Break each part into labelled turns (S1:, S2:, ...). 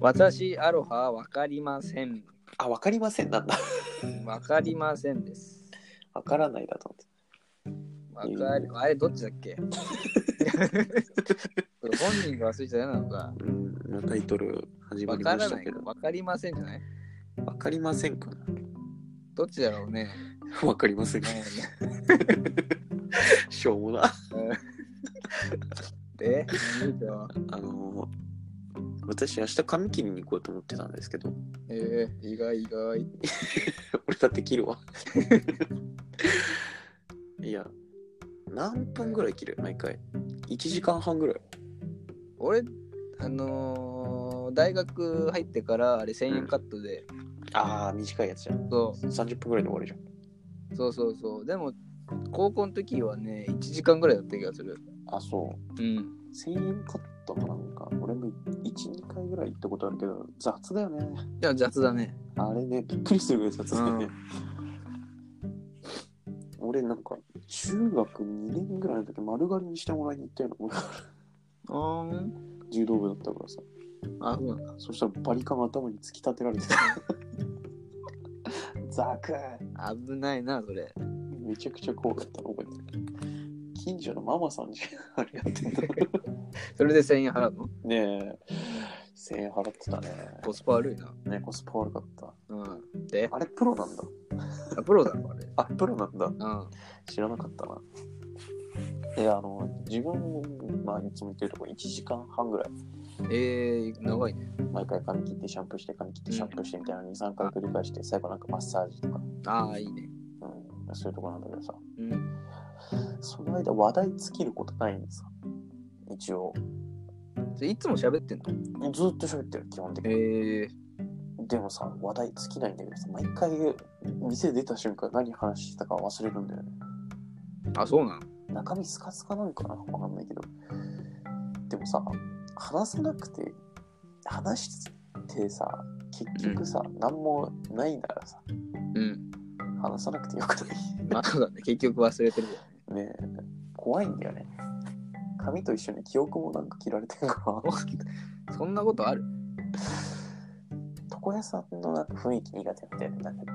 S1: 私、アロハ、わかりません。
S2: あ、わかりません。なんだ。
S1: わかりませんです。
S2: わからないだと思って。
S1: わかる。あれ、どっちだっけ 本人が忘れちゃダメなのか。
S2: うん、タイトル始ま
S1: わ
S2: り
S1: か
S2: ま
S1: ら
S2: した
S1: ない
S2: け
S1: か
S2: ど。。
S1: わかりませんじゃない
S2: わかりませんか
S1: どっちだろうね。
S2: わかりませんか
S1: ね
S2: しょうもな。
S1: え で、何でしょう
S2: あのー、私明日髪切りに行こうと思ってたんですけど、
S1: えー、意外意外。
S2: 俺だって切 るわ。いや、何分ぐらい切る毎回。1時間半ぐらい。
S1: 俺、あのー、大学入ってから、あれ、1000円カットで、
S2: ああ、短いやつじゃん。
S1: そ
S2: 30分ぐらいで終わりじゃん。
S1: うそうそうそう。でも、高校の時はね、1時間ぐらいだった気がする。
S2: あ、そう。
S1: うん。
S2: 1000円買ったかなんか、俺も1、2回ぐらい行ったことあるけど、雑だよね。
S1: いや、雑だね。
S2: あれね、びっくりするぐらい雑だよね。俺なんか、中学2年ぐらいの時丸刈りにしてもらいに行ったようなもん、
S1: うん。
S2: 柔道部だったからさ。
S1: あ、そうなんだ。
S2: そしたらバリカン頭に突き立てられてた。ザク
S1: 危ないな、それ。
S2: めちゃくちゃ怖かったの覚えてる。近所のママさんじゃん、あれやってた。
S1: それで1000円払うの
S2: ねえ、1000円払ってたね。
S1: コスパ悪いな。
S2: ねコスパ悪かった。
S1: うん。で、
S2: あれ、プロなんだ。
S1: あプロだろ、あれ。
S2: あ、プロなんだ。
S1: うん。
S2: 知らなかったな。え、あの、自分、まあ、いつも言ってるとこ1時間半ぐらい、
S1: えー、長いね。
S2: 毎回髪切って、シャンプーして、髪切って、シャンプーしてみたいな2、3回繰り返して、最後なんかマッサージとか、
S1: ああ、いいね。
S2: うん、そういうとこなんだけどさ、
S1: うん。
S2: その間話題尽きることないんでさ、一応、
S1: それいつも喋ってんの
S2: ずっと喋ってる、基本的に。
S1: えー、
S2: でもさ、話題尽きないんだけどさ、毎回店出た瞬間何話してたか忘れるんだよね。
S1: あ、そうなの
S2: 中身スカスカなのかなわかんないけど。でもさ、話さなくて、話してさ、結局さ、何もないならさ、
S1: うん。
S2: 話さなくてよくない。
S1: まあ、そうだね。結局忘れてるよね。
S2: ねえ、怖いんだよね。髪と一緒に記憶もなんか切られてるから。
S1: そんなことある
S2: 床屋さんのなんか雰囲気苦手なんだよね。なんか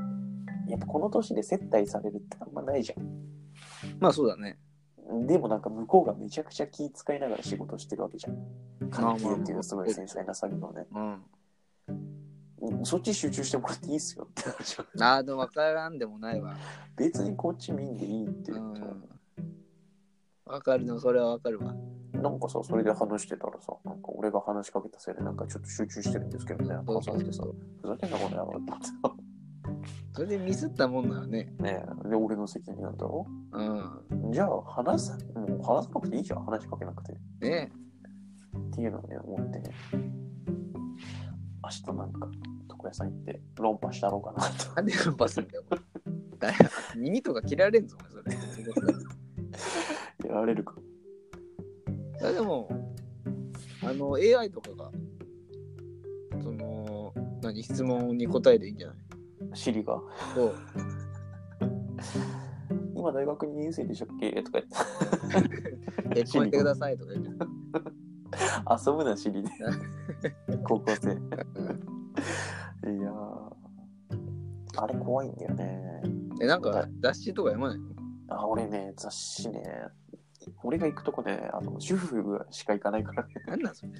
S2: やっぱこの年で接待されるってあんまないじゃ
S1: まあ、そうだね。
S2: ん。でもなんか向こうがめちゃくちゃ気遣いながら仕事してるわけじゃん。髪切るっていうすごい繊細な作業をね。
S1: うん。
S2: そっち集中してもらっていいっすよって話を
S1: あー、でも分からんでもないわ。
S2: 別にこっち見んでいいって
S1: う。
S2: 言うん
S1: わかるの、それはわかるわ。
S2: と、なんかさ、それで話してたらさ、なんか俺が話しかけたせいで、なんかちょっと集中してるんですけどね、
S1: そ
S2: 話
S1: う
S2: さ
S1: そ
S2: れて
S1: う
S2: さ
S1: そ、う。
S2: ふざけんなことやろうって
S1: それでミスったもんならね。
S2: 言ってた。ねえ、で、俺の責任なんだろ
S1: うん。
S2: じゃあ話さ、もう話さなくていいじゃん、話しかけなくて。
S1: ね
S2: っていうのをね、思ってね。明日なんか、床屋さん行って、論破したろうかなと。
S1: なんで論破すんだよ、これだよ耳とか切られんぞ、お前それ。
S2: やられるか。
S1: いやでも、あの、AI とかが、その、何、質問に答えでいいんじゃない
S2: シリが、
S1: そう。
S2: 今大学2年生でしょっけとか言って、
S1: 結婚してくださいとか言うじゃん。
S2: 遊ぶな、シリで。高校生。いやー、あれ怖いんだよね。
S1: え、なんか、雑誌とか読まないの
S2: あ、俺ね、雑誌ね、俺が行くとこね、あの主婦しか行かないからね、
S1: なんなんそれ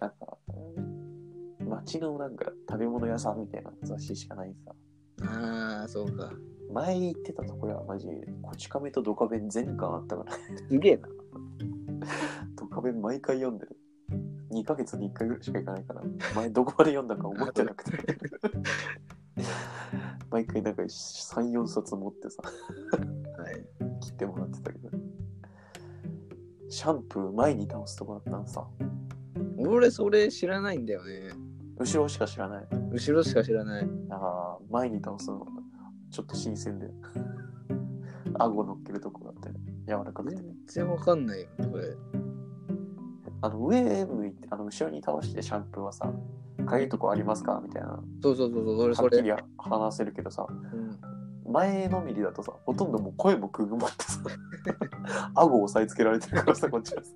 S2: なんか、街のなんか食べ物屋さんみたいな雑誌しかないさ。
S1: ああ、そうか。
S2: 前行ってたところはマジ、こち亀とドカベン全巻あったから、
S1: すげえな。
S2: ドカベン毎回読んでる。2ヶ月に1回ぐらいしか行かないから、前どこまで読んだか覚えてなくて。毎回なんか3、4冊持ってさ、
S1: はい。
S2: 切ってもらってたけど。シャンプー前に倒すとこだったのさ。
S1: 俺、それ知らないんだよね。
S2: 後ろしか知らない。
S1: 後ろしか知らない。
S2: ああ、前に倒すの、ちょっと新鮮で。顎乗っけるとこがあって、柔らかくて。
S1: 全然わかんないよ、これ。
S2: あの、上向いて、あの、後ろに倒してシャンプーはさ、かゆいとこありますかみたいな。は
S1: そうそうそう、そう俺、そ
S2: っき
S1: れ。
S2: り話せるけどさ、
S1: うん、
S2: 前のみりだとさ、ほとんどもう声もくぐもってさ、顎を押さえつけられてるからさ、こっちはさ。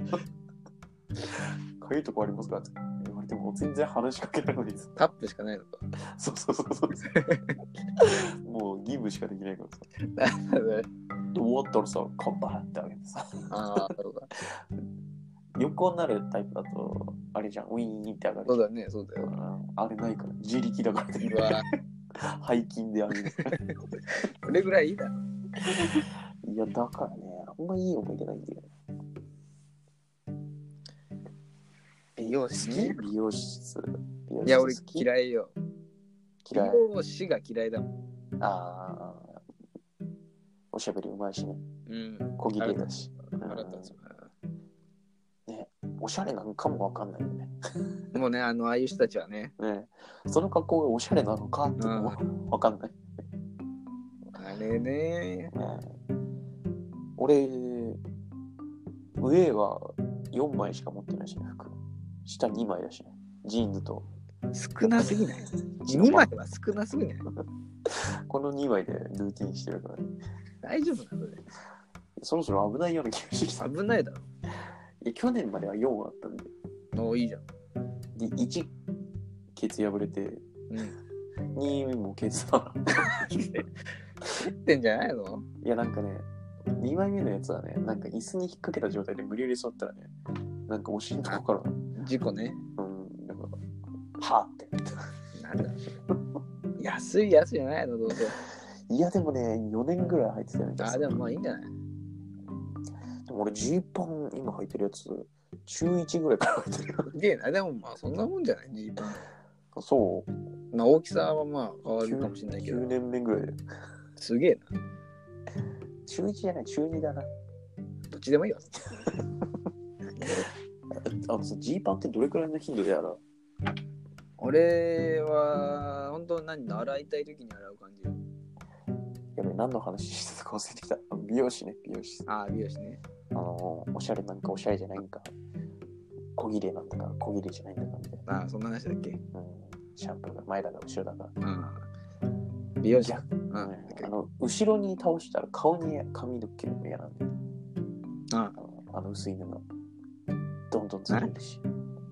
S2: かゆいとこありますかって言われてても全然話しかけられないです。
S1: タップしかないのか。
S2: そうそうそうそう。もう義務しかできないからさ。で終わったらさ、カンパってあげてさ。
S1: ああ、そうだ。
S2: 横になるタイプだと、あれじゃん、ウィーンって上がる
S1: そう
S2: じゃん。
S1: だね、そうだよ。
S2: うんあれないから、自力だから、
S1: うわ
S2: 背筋で上げる。
S1: これぐらいいいだろ。
S2: いや、だからね、あんまいい思い出ないんだよね。
S1: 美容
S2: 好
S1: 師
S2: き美容室。美容室
S1: いや、俺
S2: 好き
S1: 嫌いよ。
S2: 嫌い。
S1: 美容師が嫌いだもん。
S2: ああ。おしゃべりうまいしね。
S1: うん。
S2: 小切れだし。
S1: 腹立つわ
S2: おしゃれなんかもわかんないよね。
S1: もうね、あの、ああいう人たちはね、
S2: ねその格好がおしゃれなのかってのもわかんない。
S1: あれね、
S2: ね俺、上は4枚しか持ってないしね、服。下2枚だしね。ジーンズと。
S1: 少なすぎない ?2 枚は少なすぎない
S2: この2枚でルーティンしてるから、ね、
S1: 大丈夫なのそ
S2: そろそろ危ないような気がしてきた。い
S1: れ。危ないだろ。
S2: や去年までは4あったんで。
S1: もういいじゃん。
S2: で、1、ケツ破れて、
S1: うん。
S2: 2もケツ破れて。
S1: 言ってんじゃないの
S2: いや、なんかね、2枚目のやつはね、なんか椅子に引っ掛けた状態で無理やり座ったらね、なんかお尻のとこから、
S1: 事故ね。
S2: うん、なんか、はーって。
S1: なんだろう安いやつじゃないのどうせ。
S2: いや、でもね、4年ぐらい入ってたよね。
S1: ああ、でもまあいいんじゃない
S2: でも俺、ジーパン今履いてるやつ、中1ぐらいから履いてる よ。
S1: すげえな。でもまあそんなもんじゃないジーパン。
S2: そう。
S1: まあ大きさはまあ変わるかもしれないけ
S2: 9
S1: ど。
S2: 年目ぐらいで。
S1: すげえな。
S2: 中1じゃない、中2だな。
S1: どっちでもいいわ。
S2: あのさ、ジーパンってどれくらいの頻度でやら
S1: 俺は本当何の洗いたい時に洗う感じよ。
S2: やべ、何の話してたか忘れてきた。あ美容師ね、美容師。
S1: ああ、美容師ね。
S2: あの、おしゃれなんかおしゃれじゃないんか。小切れなんだか、小切れじゃないんだかみたいな。
S1: ああ、そんな話だっけ
S2: うん、シャンプーが前だか後ろだか。
S1: ああ。美容師。う
S2: 逆
S1: ん。
S2: うんあの後ろに倒したら顔に髪の毛も嫌なんで、
S1: あ
S2: あのあの薄い布、どんどんつるし、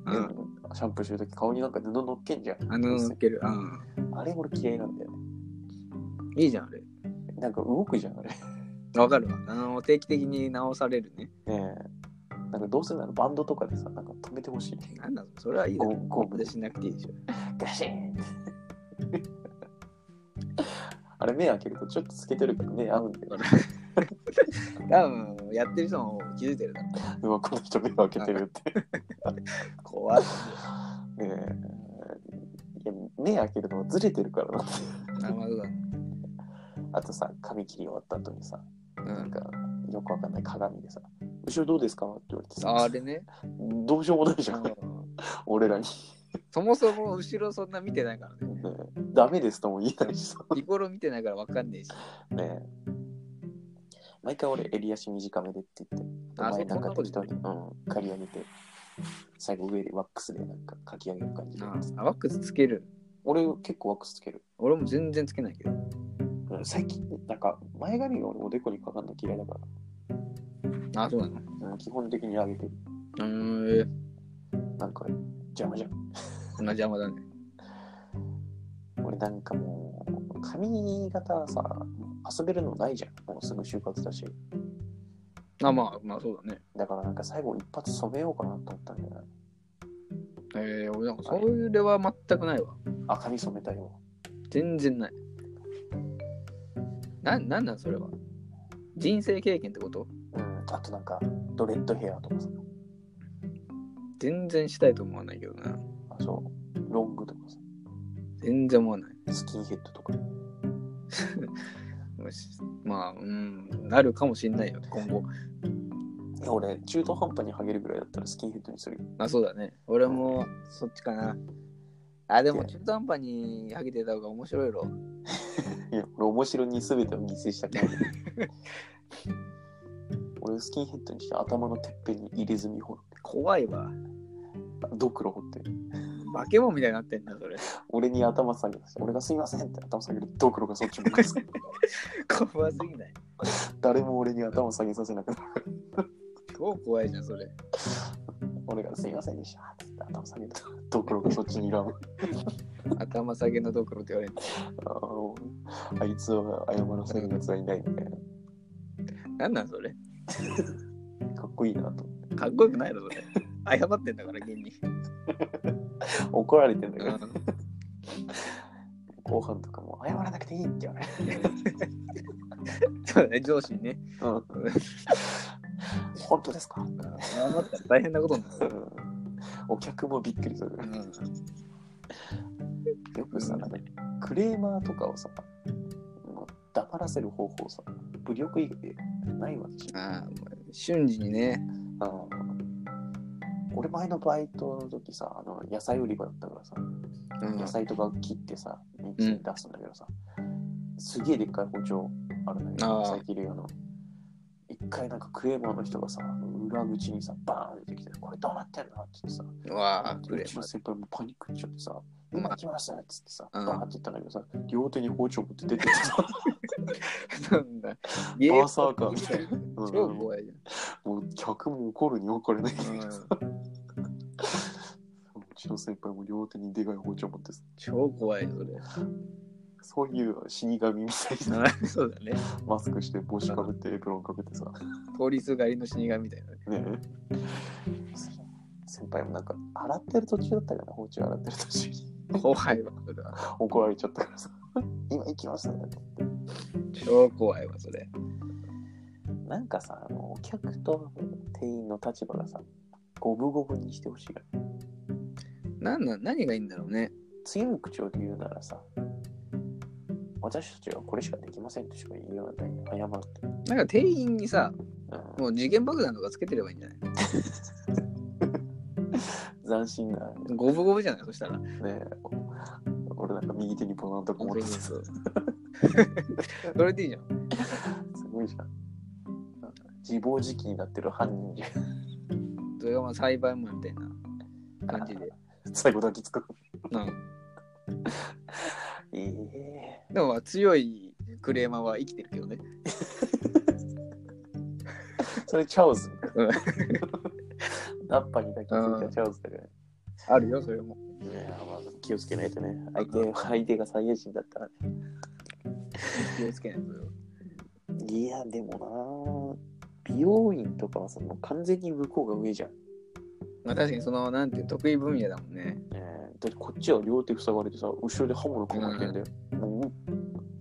S1: あ
S2: でもシャンプーしてるとき顔になんか布乗っけんじゃん。
S1: あの、
S2: 薄
S1: 乗
S2: い
S1: っける。うん。
S2: あれ俺嫌いなんだよね。
S1: いいじゃん、あれ。
S2: なんか動くじゃん、あれ。
S1: わかるわ。あの、定期的に直されるね。
S2: ねえなんかどうせならバンドとかでさ、なんか止めてほしい。
S1: なんだろうそれはいいだ
S2: ゴ
S1: ろ。
S2: ムゴムで
S1: しなくていいでしょ。
S2: ガシーンあれ目開けるとちょっと透けてるから目合うんだよ。
S1: 多分、やってる人も気づいてるだろ。
S2: うわ、この人目開けてるって。
S1: 怖っ。
S2: ねえいや目開けるのもずれてるからな
S1: 生うだ。
S2: あとさ髪切り終わった後にさ
S1: う
S2: なん
S1: ん。
S2: かよくわかんない鏡でさ「後ろどうですか?」って言われて
S1: あ
S2: さ
S1: れね。
S2: どうしようもないじゃん
S1: うん
S2: 俺らに、
S1: そもそも後ろそんな見てないからね。
S2: ねえダメですとも言えないしさ
S1: 日頃見てないからわかんねえし。
S2: ねえ毎回俺襟足短めでって言って
S1: あ
S2: お前なん
S1: そんな
S2: か
S1: こと
S2: 適当に、うん、刈り上げて最後上でワックスでなんかかき上げる感じで
S1: あ、ワックスつける。
S2: 俺結構ワックスつける、
S1: 俺も全然つけないけど。
S2: うん最近なんか前髪が俺おでこにかかんの嫌いだか
S1: あ、そうなの
S2: ら、うん、基本的に上げてる
S1: うーん。
S2: なんか邪魔じゃん。
S1: そんな邪魔だね。
S2: 俺なんかもう、髪型さ、遊べるのないじゃん。もうすぐ就活だし。
S1: あ、まあ、まあそうだね。
S2: だからなんか最後一発染めようかなと思ったんだよな。
S1: えー、俺なんかそれは全くないわ。
S2: あ、髪染めたよ。
S1: 全然ない。な、なんなんそれは。人生経験ってこと
S2: うん。あとなんか、ドレッドヘアとかさ。
S1: 全然したいと思わないけどな。
S2: あそう。ロングとかさ。
S1: 全然思わない。
S2: スキンヘッドとか。
S1: よしまあ、うん、なるかもしんないよ、今後。
S2: いや俺、中途半端にハゲるぐらいだったらスキンヘッドにするよ。
S1: まあそうだね。俺もそっちかな。あ、でも
S2: で
S1: 中途半端にハゲてた方が面白いろ。
S2: いや、俺面白に全てを犠牲したくない。俺スキンヘッドにして頭のてっぺんに入れ墨掘って、
S1: 怖いわ。
S2: ドクロ掘って。
S1: 化け物みたいになってんだ、それ。
S2: 俺に頭下げたし、俺がすいませんって頭下げるとドクロがそっち向く。
S1: 怖すぎない。
S2: 誰も俺に頭下げさせなくなる。
S1: 超怖いじゃん、それ。
S2: 俺がすいませんでしたっつって。頭下げた。どころかそっちにらむ。
S1: 頭下げのどころって言われる。
S2: あのあいつは謝らせる奴はいないみたい
S1: なんなんそれ
S2: な。かっこいいなと。
S1: かっこよくないだろ、それ。 謝ってんだから、現に。
S2: 怒られてんだけ
S1: う
S2: ど、
S1: ん
S2: 後半とかも謝らなくていいって言われる。
S1: そうだね、上司にね。
S2: うん本当ですか、
S1: 謝ったら大変なことにな
S2: う
S1: る。
S2: んお客もびっくりする。よくさ、なんかクレーマーとかをさ、もう黙らせる方法さ、武力以外でないわけじゃん。
S1: ああ、瞬時にね。
S2: あの俺前のバイトの時さあの野菜売り場だったからさ、
S1: うん
S2: 野菜とか切ってさミキサーに出すんだけどさ、すげえでっかい包丁あるんだけ
S1: あ
S2: ど
S1: ー
S2: 最近用の一回なんかクレーマーの人がさ裏口にさバーン出てきて「これどうなってんの?」って言ってさ
S1: うわあ、クレ
S2: うち
S1: ー
S2: の
S1: マー
S2: 先輩もパニックっちゃってさ「
S1: まあ
S2: 今来ます」っつってさ
S1: う
S2: バ
S1: ん
S2: ーンって言ったんだけどさ両手に包丁持って出 てきてさ
S1: なんだ。ゲ
S2: バーサーカーみたいな。
S1: 超
S2: うん
S1: 怖いじ
S2: もう客も怒るに怒れない
S1: ゃん。 うん
S2: うちの先輩も両手にでかい包丁持ってさ
S1: 超怖いよ、それ。
S2: そういう死神みたいな
S1: そうだね。
S2: マスクして帽子かぶってエプロンかぶってさ、
S1: 通りすがりの死神みたいなね。
S2: ねえ先輩もなんか洗ってる途中だったかな包丁洗ってる途中に
S1: 怖いわ、それは。
S2: 怒られちゃったからさ今行きますね
S1: 超怖いわ、それ。
S2: なんかさあのお客と店員の立場がさ五分五分にしてほしいよ
S1: なんなん、何がいいんだろうね。
S2: 強い口調で言うならさ私たちはこれしかできませんとしか言いようがない謝って、
S1: なんか店員にさ、
S2: うん
S1: もう時限爆弾とかつけてればいいんじゃない
S2: 斬新な
S1: 五分五分じゃないそしたら。
S2: ねえ俺なんか右手にボナンとか持っててさ
S1: そうそうそれでいいじゃん。
S2: すごいじゃん。自暴自棄になってる犯人に
S1: それがまあ裁判マンみたいな感じで。
S2: 最後だけ作る。
S1: うん
S2: ええ
S1: でもまあ強いクレーマーは生きてるけどね。
S2: それチャオズ
S1: うん。
S2: ナッパに抱きついたチャオズだよね。
S1: あるよ、それも。
S2: いやまあ気をつけないとね。相手相手がサイヤ人だったらね。
S1: 気をつけないとよ。
S2: いや、でもなあ美容院とかはさ、もう完全に向こうが上じゃん。
S1: まあ確かにその、なんていうの得意分野だもんね。
S2: ええだってこっちは両手塞がれてさ、後ろで刃物構えてんだよ。もう、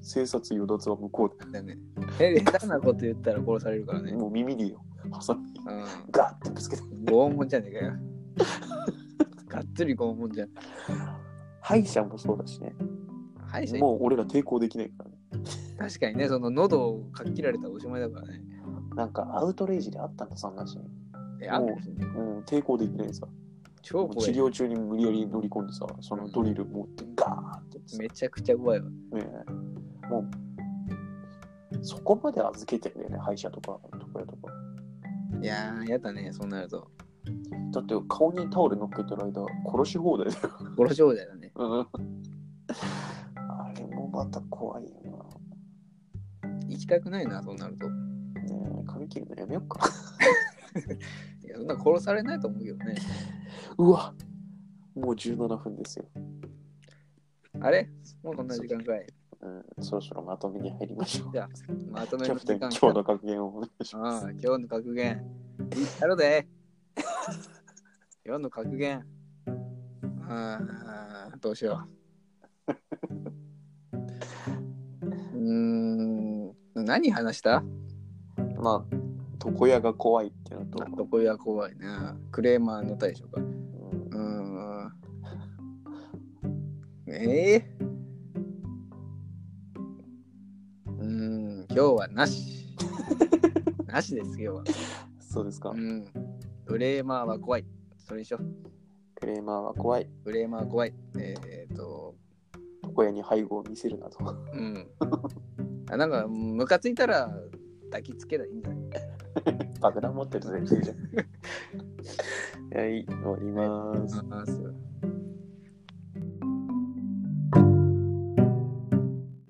S2: 生殺与奪は向こう
S1: だね。え、下手なこと言ったら殺されるから
S2: で。
S1: ね。
S2: もう耳に挟み、
S1: う
S2: ガッてぶつけて。
S1: ん。拷問じゃねえかよ。がっつり拷問じゃん。
S2: 歯医者もそうだしね。
S1: 歯医者
S2: もう俺ら抵抗できないからね。
S1: 確かにね、その喉をかっ切られたらおしまいだからね。
S2: なんかアウトレイジであったんだ、そんなシーン。
S1: え、あん
S2: もうん、抵抗できないさ。
S1: 超怖
S2: 治
S1: い。
S2: 療中に無理やり乗り込んでさ、そのドリル持ってガーってやってさ
S1: めちゃくちゃ怖いわ。
S2: ねえもう、そこまで預けてんだよね、歯医者とか、とかやとか。
S1: いやー、やだね、そうなると。
S2: だって顔にタオル乗っけてる間、殺し放題だよ。
S1: 殺し放題だね。
S2: うんあれもまた怖いよ
S1: 行きたくないな、そうなると。
S2: な。ねえ、髪切るのやめよっか。
S1: いや、そんな殺されないと思うけどね。
S2: うわもう17分ですよ。
S1: あれもうこんな時間かい。
S2: うん、そろそろまとめに入りましょう。
S1: じゃあ、まとめ
S2: キャ
S1: の
S2: プテン、
S1: 時
S2: 今
S1: 間
S2: 日の格言をお願いし
S1: あ
S2: ます。
S1: あ今日の格言。やろうで。 今日の格言。ああ、どうしよ う。うーん、何話した
S2: まあ、床屋が怖いっていうのと、
S1: どこや怖いな。クレーマーの対処か。
S2: うん
S1: うーん。ええうーん、今日はな し。なしです、今日は。
S2: そうですか、
S1: うん。クレーマーは怖い。それにしよう。
S2: クレーマーは怖い、
S1: クレーマーは怖い。えー、っと、
S2: 床屋に背後を見せるなと。
S1: うん。あなんか、ムカついたら抱きつけたらいいんじゃない
S2: 爆弾持ってるぜ、いいじゃん。はい、終わります。
S1: あーそう